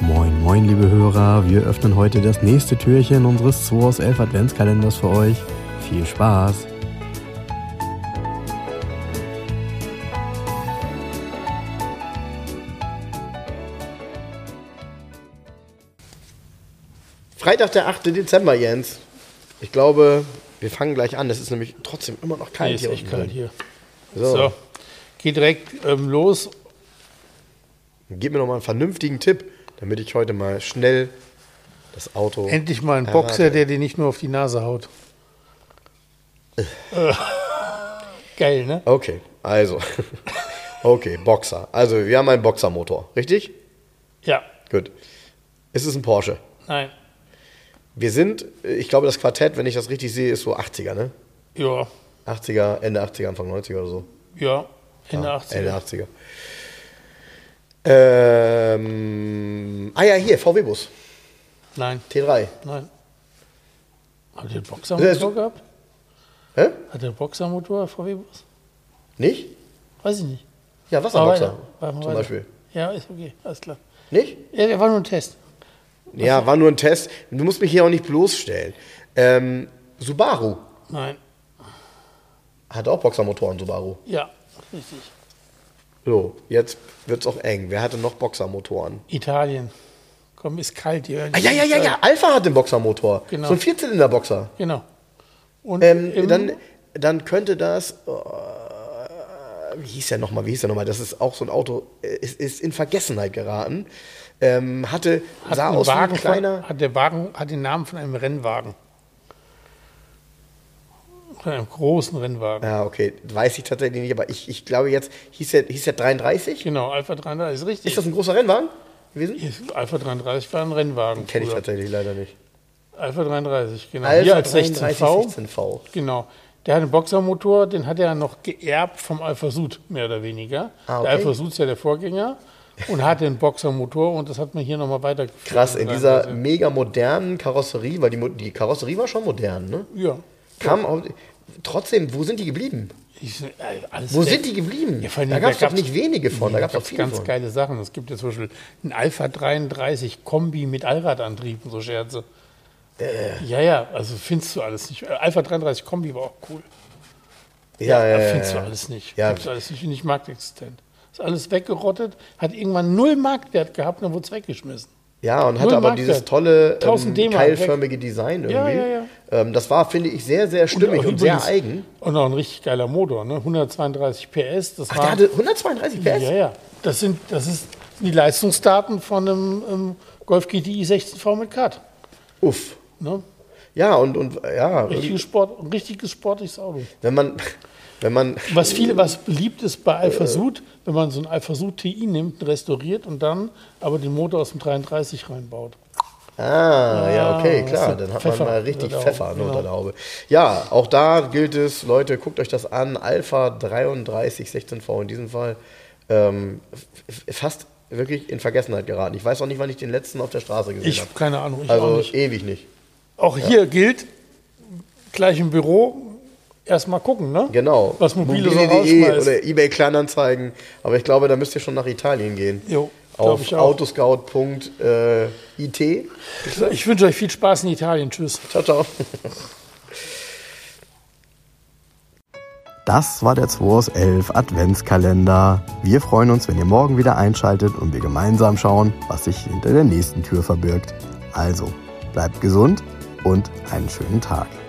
Moin, moin, liebe Hörer. Wir öffnen heute das nächste Türchen unseres 2 aus 11 Adventskalenders für euch. Viel Spaß! Freitag, der 8. Dezember, Jens. Ich glaube, wir fangen gleich an. Es ist nämlich trotzdem immer noch kalt Nee, ist hier. echt unten kalt drin. hier. So. So, geht direkt ähm, los. Gib mir noch mal einen vernünftigen Tipp, damit ich heute mal schnell das Auto. Endlich mal ein Ja, Boxer, warte. der dir nicht nur auf die Nase haut. Äh. Geil, ne? Okay, also. okay, Boxer. Also, wir haben einen Boxermotor, richtig? Ja, Gut. Es ist ein Porsche. nein. Wir sind, äh, ich glaube, das Quartett, wenn ich das richtig sehe, ist so 80er, ne? Ja, 80er, Ende 80er, Anfang 90er oder so. ja. Ende Ja, 80er. Ende 80er. Ähm, ah ja, hier, VW-Bus, Nein, T3. nein. Hat der Boxermotor Also- gehabt? Hä? Hat der Boxermotor VW-Bus? Nicht? Weiß ich nicht. Ja, Mach Wasserboxer weiter, mach zum weiter. Beispiel. Ja, ist okay, alles klar. Nicht? Ja, der war nur ein Test. Ja, war nur ein Test. Du musst mich hier auch nicht bloßstellen. Ähm, Subaru Nein, hat auch Boxermotoren, Subaru. ja, richtig. So, jetzt wird's auch eng. Wer hatte noch Boxermotoren? Italien. Komm, ist kalt hier. Ah, ja, ja, ja, ja. Alpha hat den Boxermotor. Äh. Genau. So ein Vierzylinder-Boxer. Genau. Und Ähm, im- dann, dann könnte das. äh, wie hieß der nochmal? Wie hieß der nochmal? Das ist auch so ein Auto. äh, Ist, ist in Vergessenheit geraten. Ähm, hatte. hat sah ein aus wie ein Wagen kleiner. Von, hat der Wagen hat den Namen von einem Rennwagen. Von einem großen Rennwagen. Ja, Ah, okay. Weiß ich tatsächlich nicht. Aber ich, ich glaube jetzt. Hieß der, hieß der 33? Genau, Alpha 33 ist richtig. Ist das ein großer Rennwagen gewesen? Ist- Alpha 33 war ein Rennwagen. Kenne ich früher. tatsächlich leider nicht. Also Alpha 33, genau. Alpha Hier als 33, 16V. 16V. Genau. Der hat einen Boxermotor, den hat er noch geerbt vom Alpha Sud, mehr oder weniger. Ah, Der okay. Alpha Sud ist ja der Vorgänger und hatte einen Boxermotor und das hat man hier nochmal weitergeführt. Krass, in Rein- dieser mega modernen Karosserie, weil die, Mo- die Karosserie war schon modern, ne? Ja. Kam auch, trotzdem, wo sind die geblieben? Ich, äh, alles Wo sehr- sind die geblieben? Ja, vor allem, da gab es doch gab's- nicht wenige von, da Nee, gab es doch gab's viele ganz von. geile Sachen. Es gibt ja zum Beispiel einen Alpha 33 Kombi mit Allradantrieb und so Scherze. Äh. Ja, ja, also findest du alles nicht. Äh, Alpha 33 Kombi war auch cool. Ja, ja, Da ja, findest du ja. alles nicht. Äh. Ja. Gibt's alles nicht, nicht marktexistent. Ist alles weggerottet, hat irgendwann null Marktwert gehabt und dann wurde es weggeschmissen. Ja, und Null hatte aber Marktwert. dieses tolle, ähm, 1000 D-Mark weg. keilförmige Design irgendwie. Ja, ja, ja. Ähm, das war, finde ich, sehr, sehr stimmig und, auch sehr übrigens- eigen. Und auch ein richtig geiler Motor, ne? 132 PS. Das Ach, war der hatte 132 PS? Ja, ja. Das sind, das ist die Leistungsdaten von einem ähm, Golf GTI 16V mit Cut. Uff. Ne? Ja, und, und ja, Richtiges Sport, ein richtiges sportliches Auto. wenn man, wenn man, Was viele, was beliebt ist bei Äh. Alpha Sud, wenn man so ein Alpha Sud TI nimmt, restauriert und dann aber den Motor aus dem 33 reinbaut. Ah, ja, Ja, okay, weißt klar. du, Dann hat Pfeffer man mal richtig unter der Pfeffer Haube, unter genau. der Haube. Ja, auch da gilt es, Leute, guckt euch das an. Alpha 33 16V in diesem Fall. Ähm, f- f- fast wirklich in Vergessenheit geraten. Ich weiß auch nicht, wann ich den letzten auf der Straße gesehen Ich habe. habe keine Ahnung. Ich auch Also nicht. ewig nicht. Auch hier gilt, gleich im Büro erstmal gucken, ne? Genau. Was mobile, so Mobile.de rausschmeißt. oder eBay Kleinanzeigen. Aber ich glaube, da müsst ihr schon nach Italien gehen. Jo, glaub Auf äh, ich auch. autoscout.it. Ich wünsche euch viel Spaß in Italien. Tschüss. Ciao, ciao. Das war der 2 aus 11 Adventskalender. Wir freuen uns, wenn ihr morgen wieder einschaltet und wir gemeinsam schauen, was sich hinter der nächsten Tür verbirgt. Also, bleibt gesund und einen schönen Tag.